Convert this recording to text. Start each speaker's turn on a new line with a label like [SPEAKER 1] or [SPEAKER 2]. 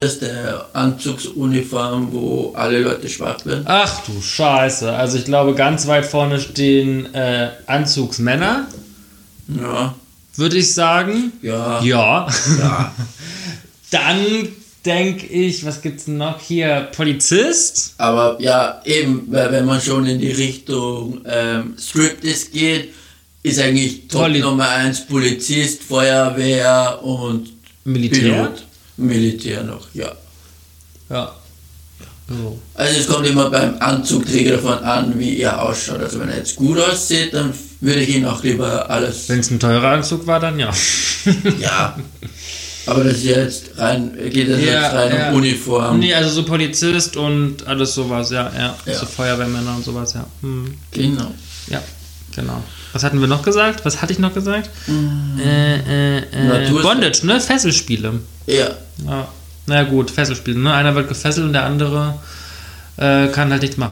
[SPEAKER 1] ist der Anzugsuniform, wo alle Leute schwach werden.
[SPEAKER 2] Ach du Scheiße. Also ich glaube, ganz weit vorne stehen äh, Anzugsmänner,
[SPEAKER 1] Ja,
[SPEAKER 2] würde ich sagen.
[SPEAKER 1] ja,
[SPEAKER 2] Ja.
[SPEAKER 1] ja.
[SPEAKER 2] Dann denke ich, was gibt's denn noch hier? Polizist?
[SPEAKER 1] Aber ja, eben, weil wenn man schon in die Richtung ähm, Striptease geht, ist eigentlich Top
[SPEAKER 2] Poli-
[SPEAKER 1] Nummer 1 Polizist, Feuerwehr und
[SPEAKER 2] Militär?
[SPEAKER 1] Pilot. Militär noch, ja.
[SPEAKER 2] Ja. So.
[SPEAKER 1] Also es kommt immer beim Anzugträger davon an, wie er ausschaut. Also wenn er jetzt gut aussieht, dann würde ich ihn auch lieber alles.
[SPEAKER 2] Wenn es ein teurer Anzug war, dann ja.
[SPEAKER 1] Ja. Aber das ist ja jetzt rein, geht das
[SPEAKER 2] Ja,
[SPEAKER 1] jetzt rein
[SPEAKER 2] ja.
[SPEAKER 1] um Uniform.
[SPEAKER 2] Nee, also so Polizist und alles sowas, ja, ja.
[SPEAKER 1] Ja.
[SPEAKER 2] So Feuerwehrmänner und sowas, ja. Hm.
[SPEAKER 1] Genau.
[SPEAKER 2] Ja, genau. Was hatten wir noch gesagt? Was hatte ich noch gesagt?
[SPEAKER 1] Hm.
[SPEAKER 2] Äh, äh, äh,
[SPEAKER 1] Natur-
[SPEAKER 2] Bondage, ne? Fesselspiele.
[SPEAKER 1] Ja.
[SPEAKER 2] Ja. Na ja, gut, Fesselspiele, ne? Einer wird gefesselt und der andere äh, kann halt nichts machen.